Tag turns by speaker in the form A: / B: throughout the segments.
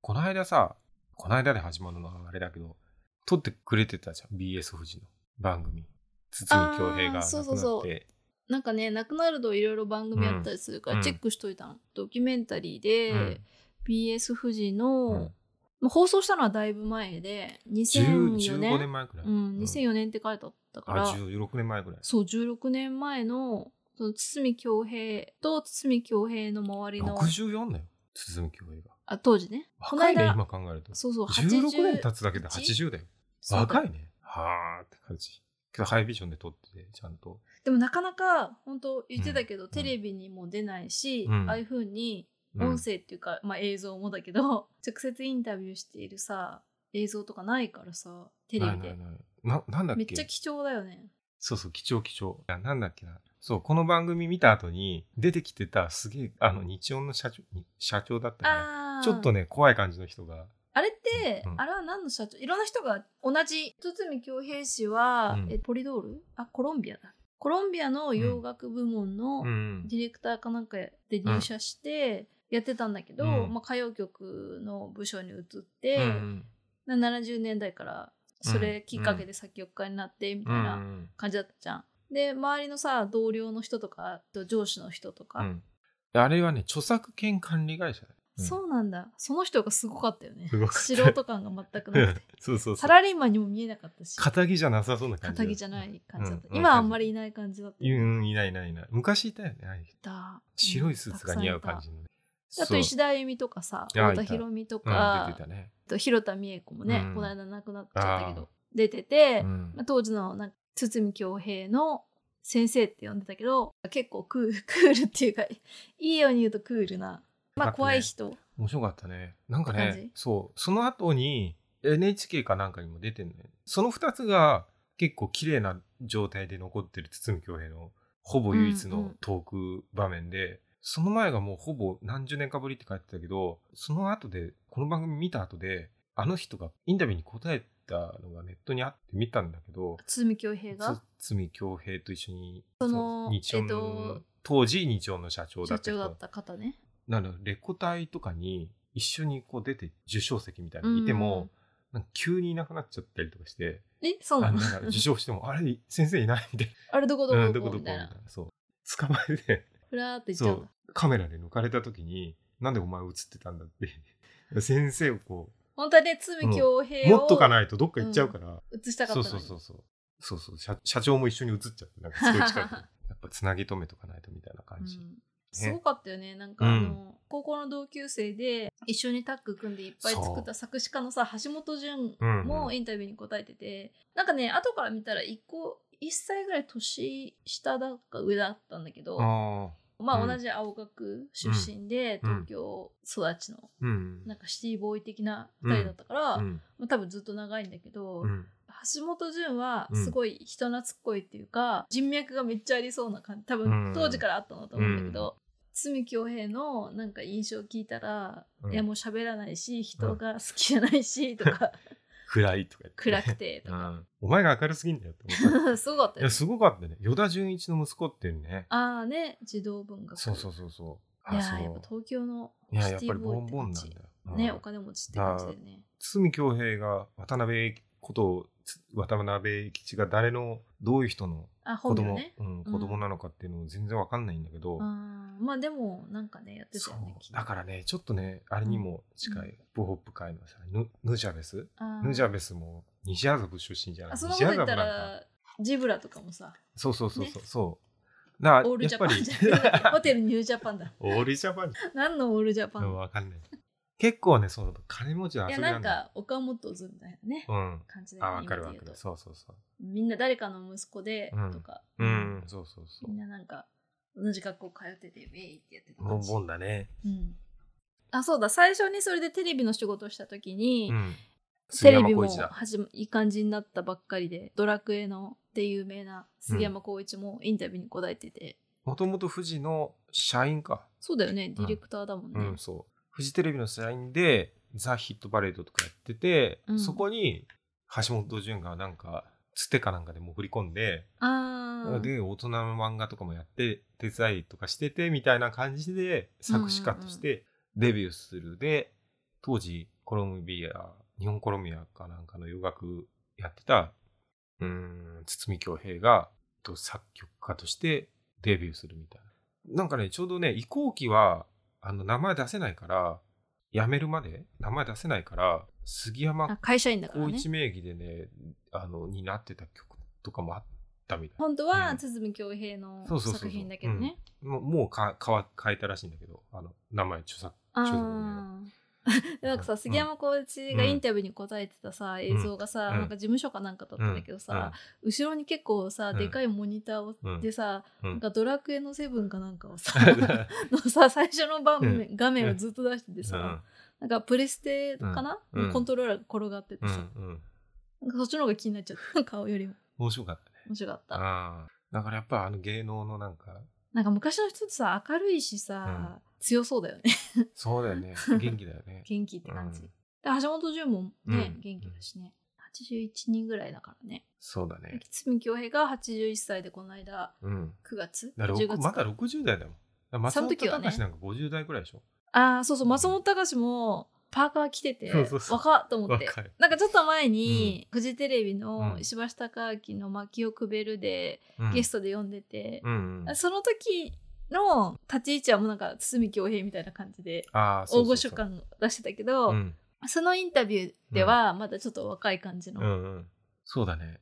A: この間さ、この間で始まるのはあれだけど、撮ってくれてたじゃん、BS 富士の番組。堤恭平が亡くなって。
B: あーそうそうそうなんかね、なくなるといろいろ番組あったりするか
A: う
B: ら
A: ん
B: チェックしといたの。ドキュメンタリーで、
A: うん
B: BS 富士
A: う
B: の
A: ん、
B: まあ放送したのはだいぶ前で、
A: 10
B: 2004
A: 15年
B: 年、
A: 前くらい。
B: うん、2004年って書いてあったから、
A: あ、16年前くらい。
B: そう、16年前の、その堤恭平と堤恭平の周りの、
A: 64だよ、堤恭平が。
B: あ当時ね、この
A: 若いね、
B: 間、
A: 今考えると。
B: そうそう、
A: 16
B: 80
A: 年経つだけで80だよ。
B: そう
A: 若いね。はーって感じ。けど、ハイビジョンで撮ってて、ちゃんと。
B: でもなかなか本当言ってたけど、
A: ん
B: テレビにも出ないし、
A: うん
B: ああいう風に
A: うん
B: 音声っていうか、まあ映像もだけど 直接インタビューしているさ映像とかないからさテレビで
A: ないないないななんだっ
B: め
A: け
B: っちゃ貴重だよね
A: そうそう、貴重貴重。あなんだっけな。そう、この番組見た後に出てきてた、すげえ、あの、日音の社長、に社長だったか
B: あ
A: な。
B: あ
A: ちょっとね、怖い感じの人が。
B: あれって、
A: うん
B: あれは何の社長いろんな人が同じ堤恭平氏は、
A: うん
B: えポリドールあコロンビアだコロンビアの洋楽部門の
A: うん。
B: ディレクターかなんかで入社してやってたんだけど、
A: うん
B: まあ、歌謡曲の部署に移って、
A: うん
B: な70年代からそれきっかけで作曲家になってみたいな
A: うん
B: 感じだったじゃん。で周りのさ同僚の人とかあと上司の人とか、
A: うんあれはね、著作権管理会社だよ。うん
B: そうなんだその人がすごかったよね
A: すごかった
B: 素人感が全くなくて
A: そうそうそ
B: サ
A: う。
B: ラリーマンにも見えなかったし
A: 肩着じゃなさそうな感じだ。
B: 肩着じゃない感じだった、
A: うん
B: 今はあんまりいない感じだった、
A: うん、いないいないいない。昔いたよね、ああいう人
B: だ
A: 白いスーツが似合う感じのね。
B: あ
A: そ
B: と
A: う
B: 石田あゆみとかさ
A: あ
B: 太田
A: いた
B: 博美と
A: うん、出
B: か
A: て、たね。
B: と広田美恵子もね、
A: うん
B: この間亡くなっちゃったけ
A: あー
B: ど出てて、
A: うん
B: まあ、当時のなんか堤恭平の先生って呼んでたけど結構クール クールっていうかいいように言うとクールな、ま
A: なんかね
B: あ、怖い人、
A: 面白かったね。なんか
B: 感
A: ね
B: じ、
A: そう、その後に NHK かなんかにも出てるのよ。その2つが結構綺麗な状態で残ってる堤恭平のほぼ唯一
B: うんう
A: の
B: ん
A: トーク場面で、その前がもうほぼ何十年かぶりって書いてたけど、その後で、この番組見た後で、あの人がインタビューに答えたのがネットにあって見たんだけど、
B: 堤恭平が
A: 堤恭平と一緒に、
B: その
A: そう日曜の
B: えっと
A: 当時日曜の社長だ
B: 社
A: った
B: 長
A: 人
B: だった方ね
A: なんだろうレコ大とかに一緒にこう出て受賞席みたいにいても、なんか急にいなくなっちゃったりとかして、
B: えそう
A: あ
B: な
A: の
B: の
A: なんか受賞しても あれ先生いないみたい
B: あれどこど
A: な、うん
B: こ
A: ど
B: ど
A: こどこ
B: こみ
A: みた
B: たい
A: い
B: な
A: なそう捕まえて
B: ふらーって言っち
A: そ
B: ゃうん
A: う
B: だ
A: カメラで抜かれた時になんでお前映ってたんだって 先生をこ
B: 本当はね堤恭
A: う
B: 平
A: 持っとか
B: を
A: ないとどっか行っちゃうから、
B: 映したかった
A: そ
B: の
A: う
B: に
A: そうそうそうそうそう社社長も一緒に映っちゃってなんかすごい近 くにやっぱつなぎ止めとかないとみたいな感じ、
B: うんすごかったよねなんかあ
A: う
B: の、
A: ん
B: 高校の同級生で一緒にタッグ組んでいっぱい作った作詞家のさ橋本淳
A: うんうん
B: もインタビューに答えてて、なんかね後から見たら一個1歳ぐらい年下だか上だったんだけど
A: ああ
B: ま
A: う
B: あ
A: ん
B: 同じ青学出身で、
A: うん
B: 東京育ちの
A: うん
B: なんかシティボーイ的な2人だったから、
A: うん
B: まあ、多分ずっと長いんだけど、
A: うん
B: 橋本淳は
A: うん
B: すごい人懐っこいっていうか、人脈がめっちゃありそうな感じ多
A: うん
B: 分当時からあったんだと思うんだけど、堤恭平のなんか印象聞いたら、
A: うん
B: いやもう喋らないし人が好きじゃないしとか、
A: 暗いとか言って
B: 暗くてと
A: う
B: か、
A: んお前が明るすぎんだよって思っ。
B: すごかった た
A: い
B: よ
A: や、
B: ね
A: すごかったね。依田純一の息子っていうね。
B: ああね児童文学
A: そうそううそうそう。
B: いや
A: そ
B: ーやっぱ
A: う。
B: 東京の
A: いや、や
B: シ
A: っ
B: テ
A: ぱ
B: ィ
A: り
B: ボ
A: ボ
B: ーイ
A: ンボン
B: って感
A: なん
B: じ
A: だよ。うん
B: ねお金持ちって感じだよね
A: 堤恭平が渡辺ことつ渡辺栄吉が誰のどういう人の
B: あ
A: 子
B: 本名
A: 供、
B: ね
A: うん、
B: うん
A: 子供なのかっていうのを全然わかんないんだけど、
B: あーまあでもなんかねやってた
A: そう
B: よねきっと
A: だからねちょっとねあれにも近い、
B: う
A: ボホップ界のさヌヌジャベス
B: あー
A: ヌジャベスも西麻布出身じゃない
B: あそんなこ
A: 西
B: と
A: 麻布
B: 言った
A: なんから
B: ジブラとかもさ
A: そうそうそう
B: ね
A: そう、そうだから
B: オールジ
A: やっ
B: ャ
A: ぱ
B: パ
A: り
B: ンじゃなくてホテルニュージャパンだ
A: オールジャパン
B: 何のオールジャパン
A: わかんない。結構ね、そう、金持ちの遊
B: いや
A: びな
B: なんん
A: だ。
B: か岡本ずみたいなね
A: うん。
B: 感じだ
A: あ、
B: よ
A: わ
B: ね
A: かる
B: 今
A: わ
B: で
A: か
B: 言
A: る。
B: うと
A: そうそうそ
B: みんな誰かの息子で
A: うん
B: とか
A: う。うん、そうそうそ
B: みんななんか同じ学校通っててウェイってやってた
A: う。ボ
B: 感
A: ン
B: じ
A: ボンだね。
B: うんあそうだ最初にそれでテレビの仕事をした時に
A: うん。
B: テレビも
A: 杉山浩
B: 始まいい感じになったばっかりでドラクエのって有名な杉山浩一もインタビューに答えてて
A: もともと富士の社員か。
B: そうだよねディレクターだもん
A: う
B: ね
A: ん、そう。富士テレビの社員で、ザ・ヒットパレードとかやってて、
B: うん
A: そこに橋本淳がなんか、つてかなんかで潜り込んで、
B: ああ
A: で、大人の漫画とかもやって、デザインとかしてて、みたいな感じで、作詞家としてデビューするで、当時、コロンビア、日本コロンビアかなんかの洋楽やってた、うーん、堤京平が、と作曲家としてデビューするみたいな。なんかね、ちょうどね、移行期は、あの、名前出せないから、辞めるまで名前出せないから、杉
B: あ
A: 山
B: 会社員だから
A: 光
B: ね
A: 一名義でね、あの、になってた曲とかもあったみたい
B: 本当
A: う
B: は
A: ん
B: 堤恭平の
A: そうそうそうそう
B: 作品だけどね
A: もうもうか変わ変えたらしいんだけど、あの名前著作
B: あ
A: 著作
B: ーなんか
A: うん
B: さ杉山浩一がインタビューに答えてたさ、映像がさ、
A: うん
B: なんか事務所かなんかだったんだけどさ、後ろに結構さ、
A: うん
B: でかいモニターを、
A: うん
B: でさ、
A: うん
B: なんかドラクエのセブンかなんかをさ
A: うん
B: のさ最初の場面、
A: う
B: 画面をずっと出しててさ、なんかプレステかな、
A: うん
B: のコントローラーが転がって
A: う
B: て
A: ん
B: さ、
A: うん
B: なんかそっちの方が気になっちゃった 顔よりも
A: 面白かったね。
B: 面白かった。
A: あーだからやっぱあの芸能のなん か、
B: なんか昔の人ってさ明るいしさ、強そうだよね
A: そうだよね、元気だよね。
B: 元気って感じ、
A: うん
B: で橋本潤もね、
A: うん
B: 元気だしね81人ぐらいだからね
A: そうだね。
B: 堤恭平が81歳でこの間
A: うん。
B: 9月
A: だから
B: 10
A: 六
B: 月
A: まだ60代だもん。だから松
B: その
A: 本
B: 時はね
A: 隆なんか50代くらいでしょ。
B: ああそうそう松本隆もパーカー着てて
A: そうそうそう
B: 若っと思って
A: 若い。
B: なんかちょっと前に、フジテレビの
A: うん
B: 石橋貴明の「薪をくべる」でゲストで呼んでて
A: ト、うんうん。
B: その時の立ち位置はもうなんか堤恭平みたいな感じで
A: ああ、
B: 大御所感を出してたけど、
A: うん
B: そのインタビューではまだちょっと若い感じの、
A: うんうん、そうだね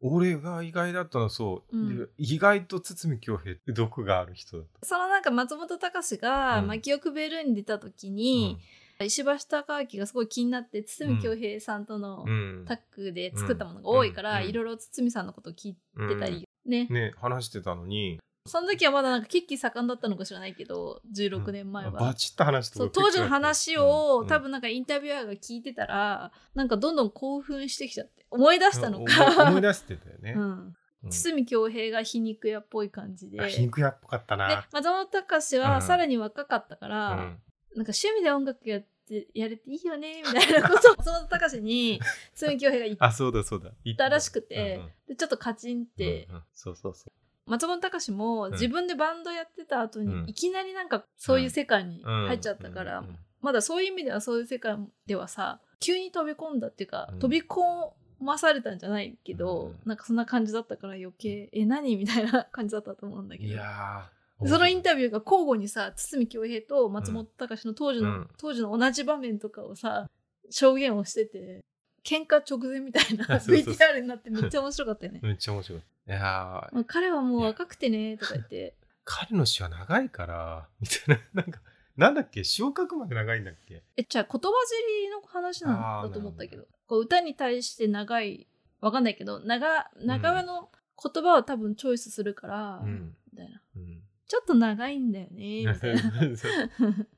A: 俺が意外だったのはそう、
B: うん
A: で意外と堤恭平って毒がある人だった
B: そのなんか松本隆が
A: うん
B: 「薪をくべる」に出た時に、石橋貴明がすごい気になって堤恭平さんとの
A: うん
B: タッグで作ったものが多いから、
A: うんうん
B: いろいろ堤さんのことを聞いてたり、ね
A: ね話してたのに
B: その時はまだなんか血気盛んだったのか知らないけど16年前は。
A: バチッと話して
B: そう当時の話を、多分なんかインタビュアーが聞いてたらなんかどんどん興奮してきちゃって思い出したの
A: 思い思い
B: か、
A: 出してたよね、
B: うん、
A: うん
B: 堤恭平が皮肉屋っぽい感じで
A: あ皮肉やっぽかった
B: で
A: な、
B: 松本隆
A: うん
B: はさらに若かったか
A: う
B: ら、
A: ん
B: なんか趣味で音楽やってやれていいよねみたいな ことを松本隆に堤恭平が言っ
A: あそうだそうだ言
B: たらしくて、
A: うんうん
B: でちょっとカチンって、
A: うんうんそうそうそ
B: 松本隆も
A: ん
B: 自分でバンドやってた後に、
A: うん
B: いきなりなんかそういう世界に
A: う、うん
B: 入っちゃったから、
A: うんうん
B: まだそういう意味ではそういう世界ではさ急に飛び込んだっていうか、
A: うん
B: 飛び込まされたんじゃないけ
A: う
B: ど、
A: ん
B: なんかそんな感じだったから余計え何みたいな感じだったと思うんだけど
A: いやー
B: そのインタビューが交互にさ堤恭平と松本隆の当時の、
A: うん
B: 当時の同じ場面とかをさ証言をしてて喧嘩直前みたいな
A: あ そうそうそう
B: VTR になってめっちゃ面白かったよね。
A: めっちゃ面白いいやー
B: まあ彼はもう若くてねとか言って
A: 彼の詩は長いからみたいな なんかなんだっけ詩を書くまで長いんだっけ
B: えじゃあ言葉尻の話なんだと思ったけどこう歌に対して長いわかんないけど長長めの言葉を多分チョイスするから、
A: うん
B: みたいな
A: うん
B: ちょっと長いんだよねみ た いな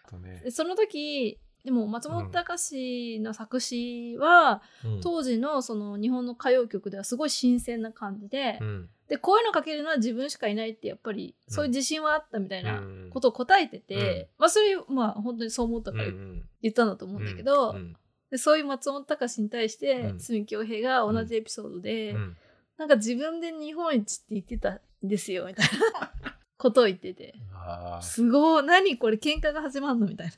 A: とね
B: で、その時でも松本隆の作詞は、
A: うん
B: 当時のその日本の歌謡曲ではすごい新鮮な感じで、
A: うん
B: でこういうの書けるのは自分しかいないってやっぱりそういう自信はあったみたいな
A: うん
B: ことを答えてて、まあそれまあ本当にそう思ったから
A: うん
B: 言ったんだと思うんだけど、
A: うんうん
B: でそういう松本隆に対して
A: うん
B: 堤恭平が同じエピソードで、
A: うん
B: なんか自分で日本一って言ってたんですよみたいな ことを言ってて
A: あー
B: すごい何これ喧嘩が始まるのみたい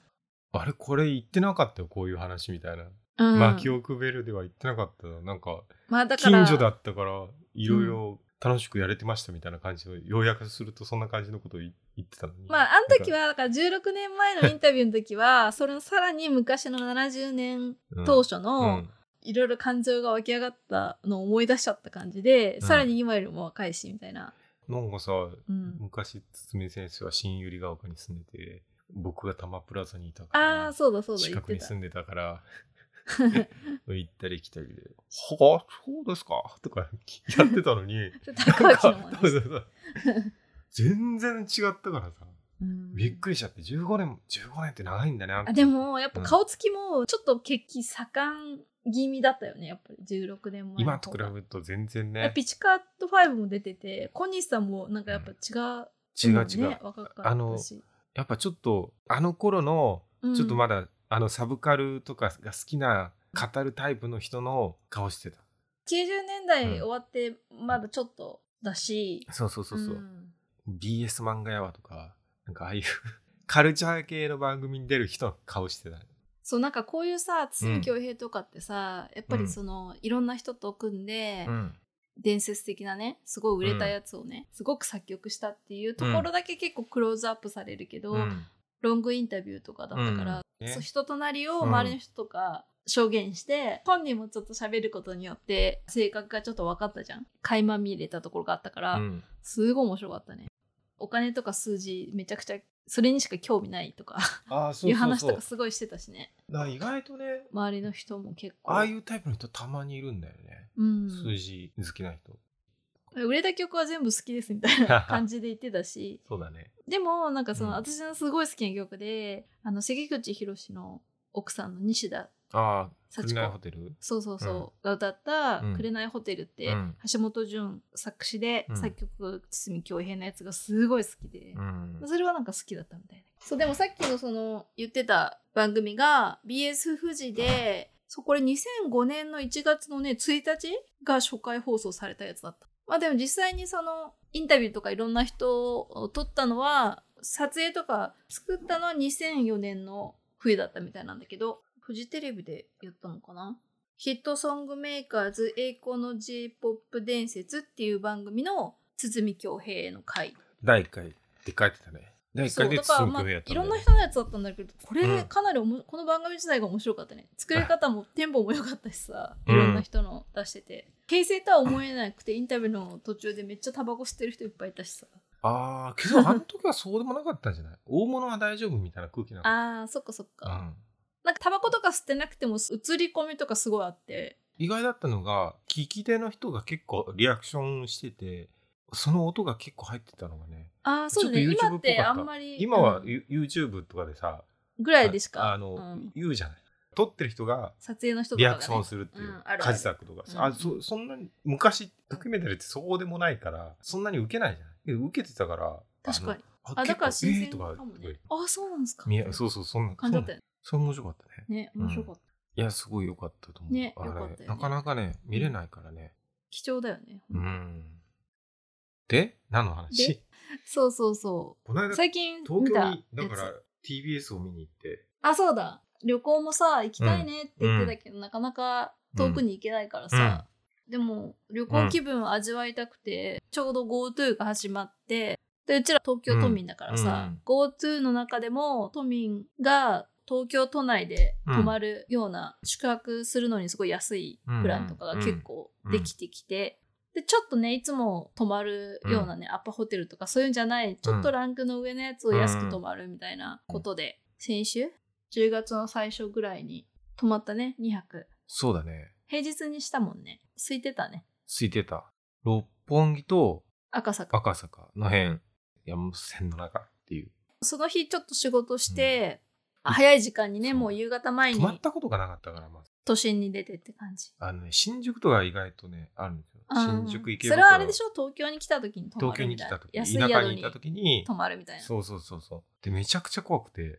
A: あれこれ言ってなかったよこういう話みたいな「
B: な、うん
A: まきをくべる」では言ってなかったよなんか
B: まあだから
A: 近所だったからいろいろ楽しくやれてましたみたいな感じを要約するとそんな感じのことを言言ってたのに
B: まああの時はだから16年前のインタビューの時はそれのさらに昔の70年
A: うん
B: 当初
A: う
B: の
A: ん
B: いろいろ感情が湧き上がったのを思い出しちゃった感じで、
A: うん
B: さらに今よりも若いしみたいな、
A: なんかさ
B: うん、
A: 昔堤先生は新百合ヶ丘に住んでて僕が多摩プラザにいたから
B: ああそうだそうだ言
A: 近
B: っ
A: く
B: て
A: に
B: た
A: 住んでたから 行ったり来たりで「はあそうですか」とかやってたのに
B: 高
A: なん
B: 脇
A: かそ
B: の
A: う
B: 話
A: そうそう全然違ったからさ
B: うん
A: びっくりしちゃって15年も15年って長いんだな
B: あでもやっぱ顔つきもちょっと血気盛ん気味だったよねやっぱり16年前
A: 今と比べ
B: べ
A: ると全然
B: て
A: ね
B: ピチカート5も出てて小西さんもなんかやっぱ違う、
A: 違う違う、
B: ね、若かったし
A: やっぱちょっとあの頃の
B: うん
A: ちょっとまだ、あのサブカルとかが好きな語るタイプの人の顔してた
B: 90年代終わってまだちょっとだし、
A: そうそうそうそう、
B: うん
A: BS 漫画やわとか、なんかああいうカルチャー系の番組に出る人の顔してた。
B: そうなんかこういうさ堤恭平とかってさ、やっぱりそのいろんな人と組んで、
A: うん
B: 伝説的なねすごい売れたやつをね、すごく作曲したっていうところだけ結構クローズアップされるけど、
A: うん
B: ロングインタビューとかだったから、
A: うんね
B: そう人となりを周りの人とか証言して、本人もちょっと喋ることによって性格がちょっと分かったじゃん垣間見れたところがあったから、
A: うん
B: すごい面白かったねお金とか数字めちゃくちゃそれにしか興味ないとか
A: ああそ
B: いう
A: うそう
B: 話
A: そう
B: とかすごいしてたしね
A: だから意外とね
B: 周りの人も結構
A: ああいうタイプの人たまにいるんだよね、
B: うん、
A: 数字好きな人
B: 売れた曲は全部好きですみたい な感じで言ってたし
A: そうだね
B: でもなんかその、
A: うん
B: 私のすごい好きな曲であの関口宏の奥さんの西田
A: ああ
B: 幸子
A: 紅ホテル
B: そうそうそう、が歌った
A: うん
B: 「紅ホテル」って、
A: うん
B: 橋本潤作詞で
A: うん
B: 作曲堤恭平のやつがすごい好きで
A: う、ん
B: それはなんか好きだったみたいなそうでもさっきのその言ってた番組が BS 富士でそうこれ2005年の1月のね1日が初回放送されたやつだったまあでも実際にそのインタビューとかいろんな人を撮ったのは撮影とか作ったのは2004年の冬だったみたいなんだけどフジテレビでやったのかなヒットソングメーカーズ栄光の J-POP 伝説っていう番組の堤恭平の回
A: 第1回って書いてたね第1
B: そう
A: 回で
B: だから、
A: 包む
B: まあ、
A: 曲や
B: い
A: ったんだよ
B: ろん
A: ね
B: な人のやつだったんだけどこ
A: う
B: れ
A: ん
B: かなりおも、この番組自体が面白かったね作り方もテンポも良かったしさい
A: うん
B: ろんな人の出してて、平成とは思えなくてインタビューの途中でめっちゃタバコ吸ってる人いっぱいいたしさ
A: ああけどあの時はそうでもなかったんじゃ ない大物は大丈夫みたいな空気なの
B: あーそっかそっか、
A: うん、
B: なんかタバコとか吸ってなくても映り込みとかすごいあって
A: 意外だったのが聞き手の人が結構リアクションしててその音が結構入ってたのがね
B: ああそうだね
A: ちょっと YouTube
B: 今って
A: っぽか
B: あ
A: った
B: んまり
A: 今は
B: うん
A: ユ YouTube とかでさ
B: ぐらいでしか
A: ああの、
B: うん
A: 言うじゃない撮ってる人が
B: 撮影の人と
A: リ
B: かが、ね、
A: アクションするっていう、
B: うんあるある
A: カジサックとか、
B: うん
A: あそそんなに昔ドキュメンタリーってそうでもないからそんなに受けないじゃないけど受けてたから
B: 確かに
A: あの
B: あだから
A: 結構
B: 新
A: えー
B: 鮮
A: と
B: か
A: か
B: もね、ああそうなんですか
A: 見えそうそうそんな
B: 感じだったよ
A: そんなそれ面白かったね
B: ね面白かった、
A: いやすごい良かったと思う、
B: ね
A: あれ
B: 良かったよね
A: なかなかね見れないからね
B: 貴重だよね、
A: うん、で何の話
B: でそうそうそう
A: この間東
B: 最近
A: 京
B: 見たや
A: にだから
B: つ
A: TBS を見に行って
B: あそうだ旅行もさ行きたいねって言ってたけど、なかなか遠くに行けないからさ、でも旅行気分を味わいたくて、ちょうど GoTo が始まってでうちら東京都民だからさ、GoTo の中でも都民が東京都内で泊まるような、宿泊するのにすごい安いプランとかが結構できてきて、でちょっとねいつも泊まるようなね、アパホテルとかそういうんじゃないちょっとランクの上のやつを安く泊まるみたいなことで、先週10月の最初ぐらいに泊まったね2泊
A: そうだね
B: 平日にしたもんね空いてたね
A: 空いてた六本木と
B: 赤坂
A: 赤坂の辺山手線の中っていう
B: その日ちょっと仕事して、
A: うん
B: あ早い時間にね
A: そう
B: もう夕方前
A: 泊まっ
B: に
A: たことがなかったからまず
B: 都心に出てって感じ
A: あのね新宿とか意外とねあるんですよ
B: うん
A: 新宿池
B: そ
A: 袋
B: れはあれでしょ東京に来た時に泊ま
A: 東京
B: る
A: に
B: み
A: 来
B: たい
A: た
B: な
A: 時
B: 安い
A: 田舎
B: 宿
A: にい
B: に
A: た時に
B: 泊まるみたいな
A: そうそうそうそうでめちゃくちゃ怖くて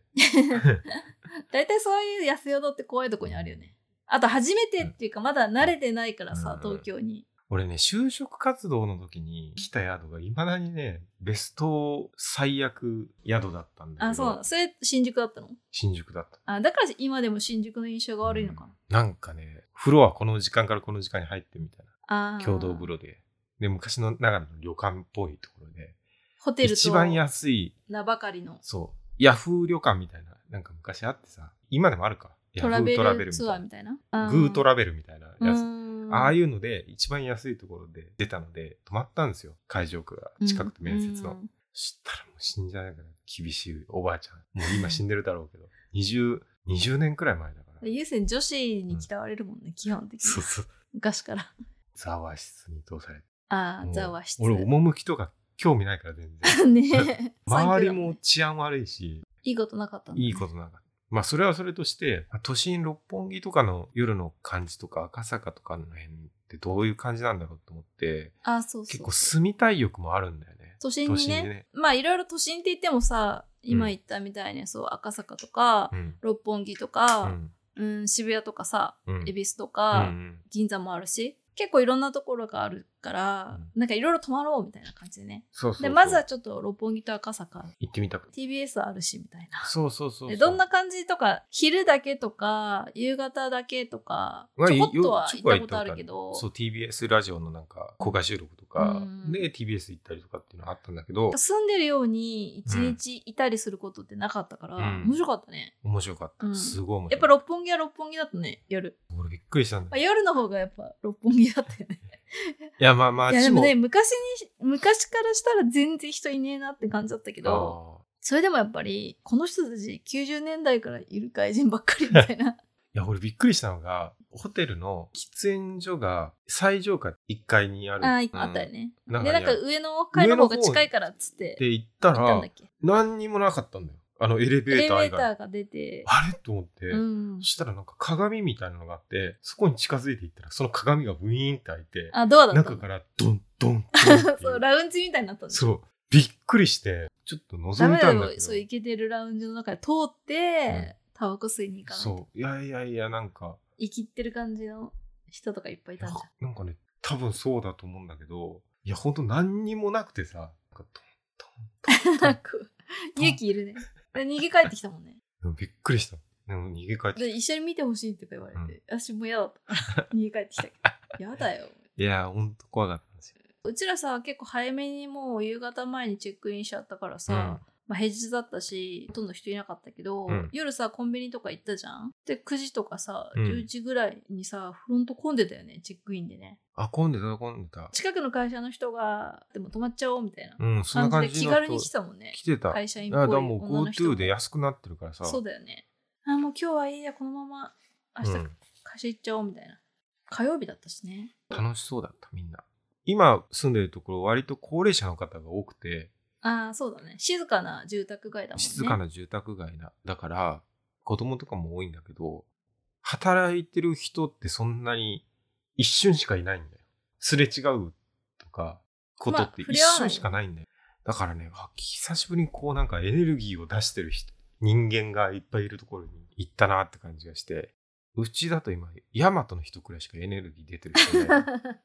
B: 大体そういう安宿って怖いとこにあるよね。あと初めてっていうかまだ慣れてないからさ、
A: うん
B: 東京に。
A: 俺ね、就職活動の時に来た宿がいまだにね、ベスト最悪宿だったんだけど、
B: あ、そうなの。それ新宿だったの
A: 新宿だった。
B: あ、だから今でも新宿の印象が悪いのか
A: うんなんかね、風呂はこの時間からこの時間に入ってみたい
B: な。あ
A: な。
B: ー
A: 共同風呂で。で、昔の長野の旅館っぽいところで、
B: ホテル
A: 一
B: と
A: 番安い、
B: 名ばかりの
A: そう、ヤフー旅館みたいな、なんか昔あってさ、今でもあるか。
B: トラベ
A: ヤフー
B: ル
A: みたい
B: ツアー
A: な
B: みたいな。
A: グート
B: ラ
A: ラベルみたいなやつ。ああ
B: い
A: いうので、一番安いところで出たので、泊まったんですよ。会場区が近くて面接の。そしたらもう死んじゃないから、厳しいおばあちゃん。もう今死んでるだろうけど、20、20年くらい前だから。
B: 優先女子に嫌われるもんね、基本的
A: そう
B: に。
A: そう。
B: 昔から。
A: ざわ室に通されて。
B: あ
A: も
B: あ、
A: う
B: ざわ 室。
A: 俺、趣とか興味ないから 全然。
B: ね
A: 周り。
B: サンキューだ
A: も
B: ね
A: 治安悪いし、
B: いいことなかったんだね
A: いいことなんかった。まあ、それはそれとして、まあ都心六本木とかの夜の感じとか赤坂とかの辺ってどういう感じなんだろうと思って、
B: あー、そうそう。
A: 結構住みたい欲もあるんだよね。
B: 都心に
A: 都心
B: ね
A: にね
B: まあいろいろ都心って言ってもさ今言ったみたいに、そう赤坂とか、
A: うん。
B: 六本木と
A: う
B: か、
A: ん。
B: うん渋谷とかさ
A: うん。
B: 恵比寿と
A: う
B: か、
A: ん
B: 銀座もあるし結構いろんなところがあるから、なんかいろいろ泊まろうみたいな感じでね。
A: そうそうそう
B: で、まずはちょっと六本木と赤坂、
A: 行ってみたく
B: TBS あるしみたいな。
A: そうそうそうそう
B: でどんな感じとか、昼だけとか、夕方だけとか、ちょこっとは行ったことあるけど、
A: そう TBS ラジオのなんか公開収録とか
B: うん
A: で TBS 行ったりとかっていうのがあったんだけど
B: 住んでるように一日いたりすることってなかったから、
A: うん
B: 面白かったね。
A: 面白かっ
B: う
A: た
B: ん
A: すごい面白
B: やっぱ六本木は六本木だったね、夜。
A: ぱ俺びっくりしたん
B: あ
A: だよ
B: 夜の方がやっぱ六本木だったよね。
A: いやまあまああ
B: いや
A: っ
B: で
A: ち
B: も
A: も
B: ね、昔に、昔からしたら全然人いねえなって感じだったけど、
A: ああ
B: それでもやっぱり、この人たち90年代からいる外人ばっかりみた いな。
A: いや俺びっくりしたのがホテルの喫煙所が最上階1階にある
B: ああ、
A: うん
B: あったよね。
A: なんか
B: で、
A: いや
B: なんか上の階の方が近いからっつって、
A: で
B: 行っ
A: 行った
B: たん
A: ら
B: だっけ
A: 何にもなかったんだよあのエレ
B: エ
A: ベ
B: レ
A: ー
B: ベ
A: ター以
B: ータ
A: 外
B: ーが出て、
A: あれと思って
B: うん
A: そ。したらなんか鏡みたいなのがあってそこに近づいていったらその鏡がブイーンって開いて
B: あ、ドアだった
A: 中
B: の。
A: からドンドンドンっていう
B: そう、ラウンジみたいになったんだ
A: そうびっくりしてちょっと
B: ダ
A: 覗
B: メ
A: いた
B: だ
A: んだ
B: よ
A: け、ど
B: そう、イケてるラウンジの中で通って、タバコ吸いに行かないと。
A: そういやいやいやなんか
B: 生きってる感じの人とかいっぱいいたんじゃん。
A: なんかね多分そうだと思うんだけどいやほんと何にもなくてさなんかドンドンドン
B: なんか、勇気いるね。で逃げ帰ってきたもんね。
A: でもびっくりしたでも逃げ帰って
B: で、一緒に見てほしいとか言われて、私も嫌だったから。逃げ帰ってきたけど。やだよ。
A: いやほんと怖かったんですよ
B: うちらさ、結構早めにもう夕方前にチェックインしちゃったからさ、
A: うん
B: まあ平日だったし、ほとんど人いなかったけど、
A: うん
B: 夜さ、コンビニとか行ったじゃんで、9時とかさ、
A: うん
B: 10時ぐらいにさ、フロント混んでたよね、チェックインでね。
A: あ混んでた混んでた
B: 近くの会社の人が、でも泊まっちゃおうみたいな
A: うんそんな
B: 感
A: 感
B: じで
A: じ
B: 気
A: の
B: 軽に
A: 人
B: 来たもんね。
A: 来てた
B: 会社員っぽい
A: あだからもう
B: 女の人も
A: GoTo で安くなってるからさ
B: そうだよね。あ、もう今日はいいや、このまま明
A: う
B: 日
A: ん
B: 会社行っちゃおうみたいな。火曜日だったしね。
A: 楽しそうだったみんな今住んでるところ割と高齢者の方が多くて
B: ああ、そうだね。静かな住宅街だもんね。
A: 静 かな住宅街だだから子供とかも多いんだけど働いてる人ってそんなに一瞬しかいないんだよすれ違うとかことって
B: まあ
A: 一瞬しかないんだよ、だからねあ久しぶりにこうなんかエネルギーを出してる人人間がいっぱいいるところに行ったなって感じがしてうちだと今ヤマトの人くらいしかエネルギー出てる人い ない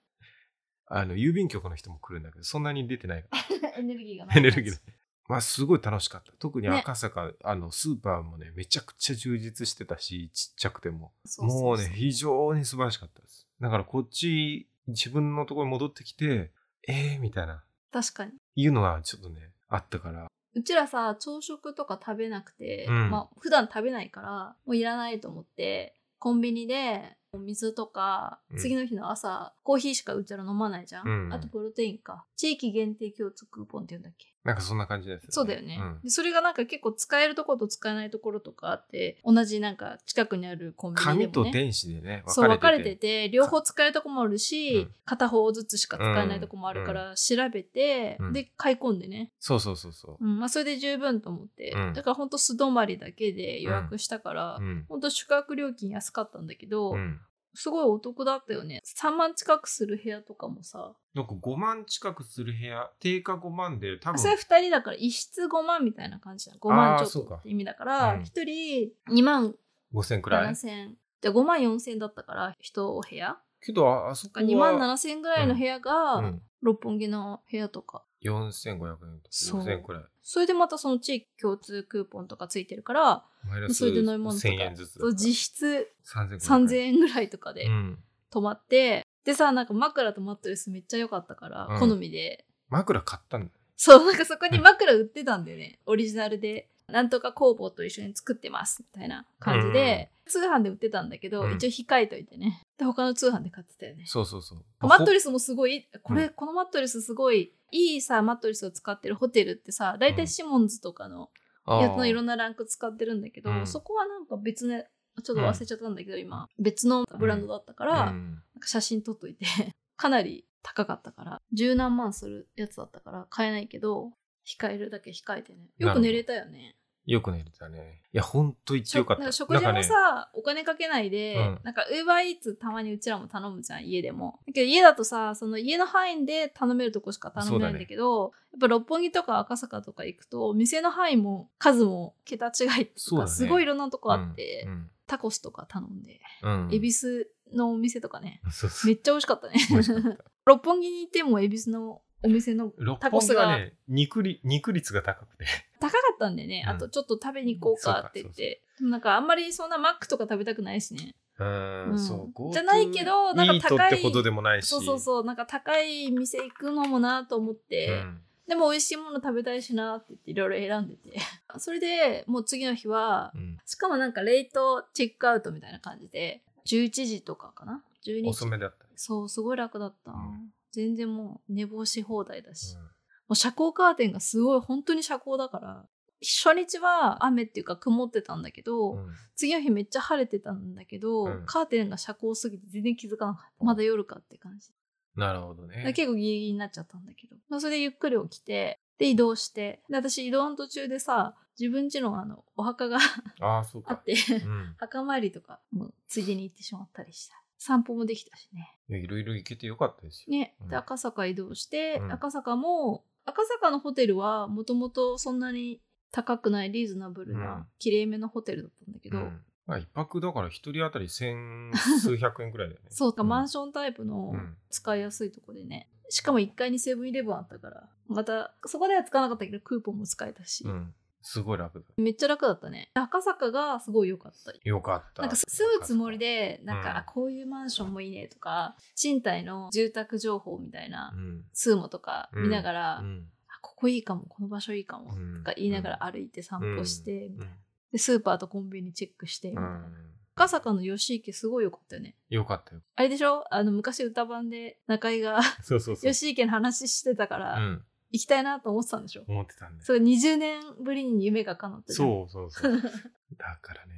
A: あの郵便局の人も来るんだけどそんなに出てないから
B: エネルギーが
A: エネルギー
B: ー
A: の。まあすごい楽しかった。特に
B: ね
A: 赤坂、あのスーパーもね、めちゃくちゃ充実してたし、ちっちゃくても。
B: そうそうそう
A: もうね、非常に素晴らしかったです。だからこっち、自分のところに戻ってきて、えーみたいな、
B: 確かに。
A: いうのはちょっとね、あったから。
B: うちらさ、朝食とか食べなくて、
A: うん
B: まあ普段食べないから、もういらないと思って、コンビニでお水とか
A: う、ん
B: 次の日の朝、コーヒーしかうちら飲まないじゃん。
A: うん
B: あとプロテインか。地域限定共通クーポンって言うんだっけ
A: なんかそんな感じです、
B: そうだよね、
A: うん
B: でそれがなんか結構使えるところと使えないところとかあって同じなんか近くにあるコンビニでも、ね、
A: 紙と電子でね、
B: そう分かれて
A: て。
B: て両方使えるとこもあるし、
A: うん
B: 片方ずつしか使えないとこもあるから調べて、
A: うん
B: で買い込んでね、
A: そうそうそうそう
B: う。んまあ、それで十分と思って、
A: うん
B: だからほんと素泊まりだけで予約したから、
A: うん。
B: ほんと宿泊料金安かったんだけど、
A: うん
B: すごいお得だったよね3万近くする部屋とかもさ
A: なんか5万近くする部屋、定価5万で多
B: あ
A: 分
B: それ2人だから一室5万みたいな感じだ5万ちょっ
A: そう
B: と
A: か
B: って意味だから
A: うん
B: 一人2万
A: 5000くらい。
B: 7000じゃあ5万4000だったから一お部屋
A: けど、ああそこは
B: 2万7000ぐらいの部屋
A: う
B: が
A: ん、
B: 六本木の部屋とか、
A: 4500円とか
B: そう
A: 4000円くらい。
B: それでまたその地域共通クーポンとかついてるから
A: マイナ
B: それで飲み物とか
A: 1000円ずつだ
B: そう実質
A: 3000
B: 3000円ぐらいとかで
A: うん
B: 泊まって、でさなんか枕とマットレスめっちゃ良かったから、
A: うん
B: 好みで
A: 枕買ったんだよ
B: そうなんかそこに枕売ってたんだよねオリジナルでなんとか工房と一緒に作ってますみたいな感じで、通販で売ってたんだけど、
A: うん
B: 一応控えといてねで他の通販で買ってたよね
A: そうそうそう
B: マット
A: レ
B: レスもすごい、これ、
A: う
B: このマットレスすごい、いいさ、マットレスをスを使ってるホテルってさ、大
A: う
B: 体
A: ん
B: シモンズとかのやつのいろんなランク使ってるんだけど、
A: うん
B: そこはなんか別の、ちょっと忘れちゃったんだけど、今、別のブランドだったから、なんか写真撮っといて、 かなり高かったから、十何万するやつだったから買えないけど、控えるだけ控えてね。よく寝れたよね。
A: よく寝れたねいやほんと行ってよかっ
B: な
A: た
B: んか食事
A: なんか
B: も
A: ね
B: さ、お金かけないで、
A: うん
B: なんかウーバーイーツたまにうちらも頼むじゃん家でもだけど家だとさその家の範囲で頼めるとこしか頼めないんだけどやっぱ六本木とか赤坂とか行くと店の範囲も数も桁違いってい
A: そうう
B: か
A: だね
B: すごいいろんなとこあって、
A: うん
B: タコスとか頼んで
A: うんうん
B: 恵比寿のお店とかね。
A: そうそ
B: め
A: う。
B: っちゃ美味しかったね。
A: 美味しかった。
B: 六本木にいても、恵比寿のお店の
A: 六
B: タコ
A: 本木
B: スが
A: はね、肉り肉率が高くて。
B: 高かったんでね、
A: うん
B: あとちょっと食べに行こうかって言って。でもなんかあんまりそんなマックとか食べたくないしね。
A: うー、
B: うんん
A: そう。GoTo
B: じゃないけどなんか
A: イート
B: 高い
A: ってことでもないし。
B: そうそうそう、なんか高い店行くのもなと思って、
A: うん
B: でも美味しいもの食べたいしなって言っていろいろ選んでて。 それでもう次の日は、
A: うん
B: しかもなんかレイトチェックアウトみたいな感じで、11時とかかな ?12
A: 遅
B: 時。
A: めだった。
B: そう、すごい楽だった。
A: うん
B: 全然もう寝坊し放題だし。
A: うん
B: もう遮光カーテンがすごい本当に遮光だから初日は雨っていうか曇ってたんだけど、
A: うん
B: 次の日めっちゃ晴れてたんだけど、
A: うん
B: カーテンが遮光すぎて全然気づかなかったまだ夜かって感じ
A: なるほどね。
B: だから結構ギリギリになっちゃったんだけど、まあ、それでゆっくり起きてで移動してで私移動の途中でさ自分家のあのお墓が
A: ああ、そうか
B: あっ。て
A: うん
B: 墓参りとかもついでに行ってしまったりした散歩もできたしね
A: いやいろいろ行けてよかったですよ。
B: ね、
A: うん
B: で赤坂移動して、
A: うん
B: 赤坂も赤坂のホテルはもともとそんなに高くないリーズナブル
A: うん
B: なきれいめなホテルだったんだけ
A: う
B: ど、
A: んまあ一泊だから一人当たり 千数百円くらいだよね。
B: そうか、マン
A: シ
B: ションタイプの
A: うん
B: 使いやすいとこでねしかも1階にセブンイレブンあったからまたそこでは使わなかったけどクーポンも使えたし、
A: うん。すごい楽だ。
B: めっちゃ楽だったね赤坂がすごい良かった
A: よかった。
B: なんか住むつもりでなんか、
A: うん
B: あこういうマンションもいいねとか賃貸の住宅情報みたいな、
A: うん。
B: スーモとか見ながら、
A: うん。
B: あここいいかもこの場所いいかも、
A: うん
B: とか言いながら歩いて散歩して、
A: うん
B: でスーパーとコンビニチェックして、み
A: う。
B: たいなん赤坂の吉池すごい良かったよね
A: よかったよ。
B: あれでしょあの昔歌番で中居が
A: そうそうそう。
B: 吉池の話してたから、
A: うん。
B: 行きたいなと思ってたんでしょ
A: 思ってたんで。
B: それ20年ぶりに夢が叶ってう
A: そうそうそう。 だからね、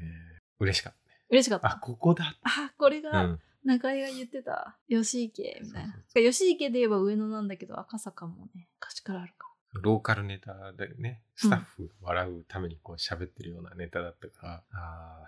A: 嬉しかったね。
B: 嬉しかった
A: あ、ここだ。
B: あこれ
A: う
B: が
A: ん。
B: 中居が言ってた、吉池みたいな
A: そうそう
B: 吉池で言えば上野なんだけど赤坂もね昔からあるか
A: ローカルネタだよね。スタッフ笑うためにこう喋ってるようなネタだったから、あ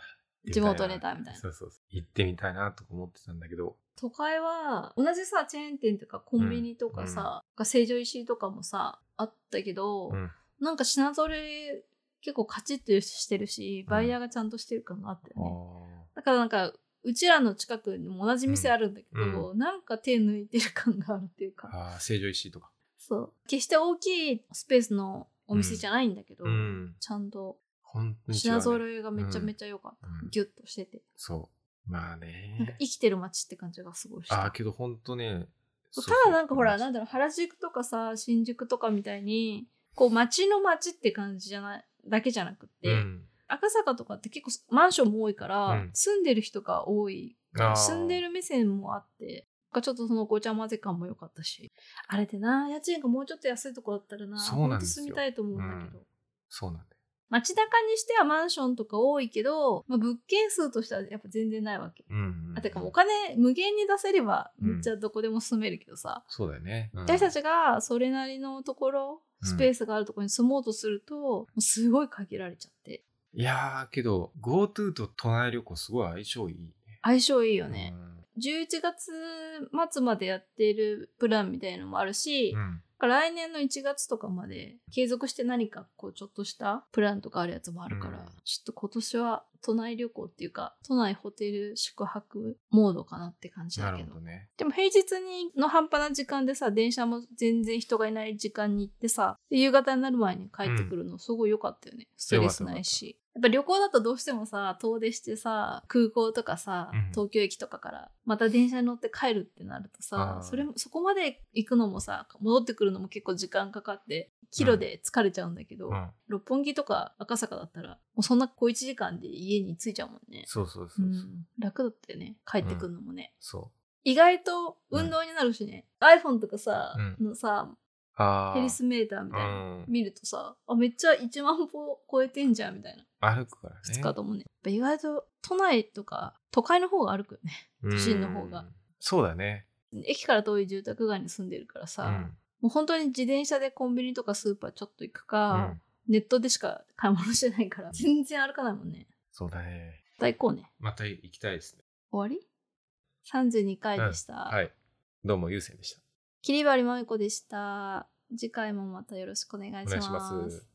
A: ー
B: 地元ネタみたいな
A: そうそうそう。行ってみたいなとか思ってたんだけど、
B: 都会は同じさチェーン店とかコンビニとか
A: うん
B: さ、が成城石井とかもさあったけど、
A: うん
B: なんか品揃え結構カチッとしてるしバイヤーがちゃんとしてる感があったよね、だからなんかうちらの近くにも同じ店あるんだけど、なんか手抜いてる感があるっていうか、
A: ああ、成城石井とか。
B: そう決して大きいスペースのお店じゃないんだけど、
A: うん。
B: ちゃんと
A: 本当に違うね、
B: 品揃えがめちゃめちゃ良かった、
A: うん
B: ギュッとしてて
A: そう。まあ
B: なんか
A: ね。
B: 生きてる街って感じがすごいした
A: ああ、けど本当ね。
B: そう
A: そう
B: ただなんかほら、
A: そ
B: な
A: うん
B: だろう、原宿とかさ、新宿とかみたいに、こう街の街って感じじゃない、だけじゃなくって、
A: うん
B: 赤坂とかって結構マンションも多いから、
A: うん
B: 住んでる人が多い。
A: あー
B: 住んでる目線もあって、なんかちょっとそのごちゃ混ぜ感も良かったし、あれでな、家賃がもうちょっと安いとこだったらな、
A: そうなん
B: 本
A: で
B: 当
A: すよ
B: 住みたいと思うんだけど。
A: うそうなんだよ。
B: 街中にしてはマンションとか多いけど、まあ、物件数としてはやっぱ全然ないわけ。
A: うんうん、
B: あてかお金無限に出せればめっちゃどこでも住めるけどさ、
A: そうだよね。うん
B: 私たちがそれなりのところ
A: うん
B: スペースがあるところに住もうとすると、もうすごい限られちゃって
A: いやー、けど、GoTo と都内旅行すごい相性いいね。
B: 相性いい
A: い
B: よね、11月末までやってるプランみたいのもあるし、
A: うん。うん
B: 来年の1月とかまで継続して何かこうちょっとしたプランとかあるやつもあるから、
A: うん
B: ちょっと今年は都内旅行っていうか都内ホテル宿泊モードかなって感じ
A: な
B: だ
A: る
B: け
A: ほ
B: ど
A: どね。
B: でも平日にの半端な時間でさ、電車も全然人がいない時間に行ってさ、で夕方になる前に帰ってくるのすごい良かったよね。ストレスないし。やっぱ旅行だとどうしてもさ、遠出してさ、空港とかさ
A: うん、
B: 東京駅とかから、また電車に乗って帰るってなるとさ
A: あ、ー
B: それも、そこまで行くのもさ、戻ってくるのも結構時間かかって、キロで疲れちゃうんだけど、
A: うん。
B: 六本木とか赤坂だったら、もうそんな小1時間で家に着いちゃうもんね。
A: そうそうそううそう。
B: ん、楽だったよね、帰ってくるのもね。
A: そう
B: 意外と運動になるしね、iPhone とかさ、
A: う
B: のさ
A: あ
B: ヘリスメーターみたいな、
A: あ、うん、
B: 見るとさあめっちゃ1万歩超えてんじゃんみたいな
A: 歩くからね。
B: 2日ともねやっぱ意外と都内とか都会の方が歩くよね
A: 都
B: 心の方が
A: そうだね。
B: 駅から遠い住宅街に住んでるからさ、
A: うん
B: もう本当に自転車でコンビニとかスーパーちょっと行く
A: う
B: か、
A: ん
B: ネットでしか買い物してないから全然歩かないもんね
A: そうだね。
B: また行こうね
A: また行きたいですね。
B: 終わり ?32 回でした、
A: はい。どうも、ゆうせんでした。
B: 桐張まみこでした次回もまたよろしくお願い
A: お
B: し
A: 願いしま
B: ます
A: す。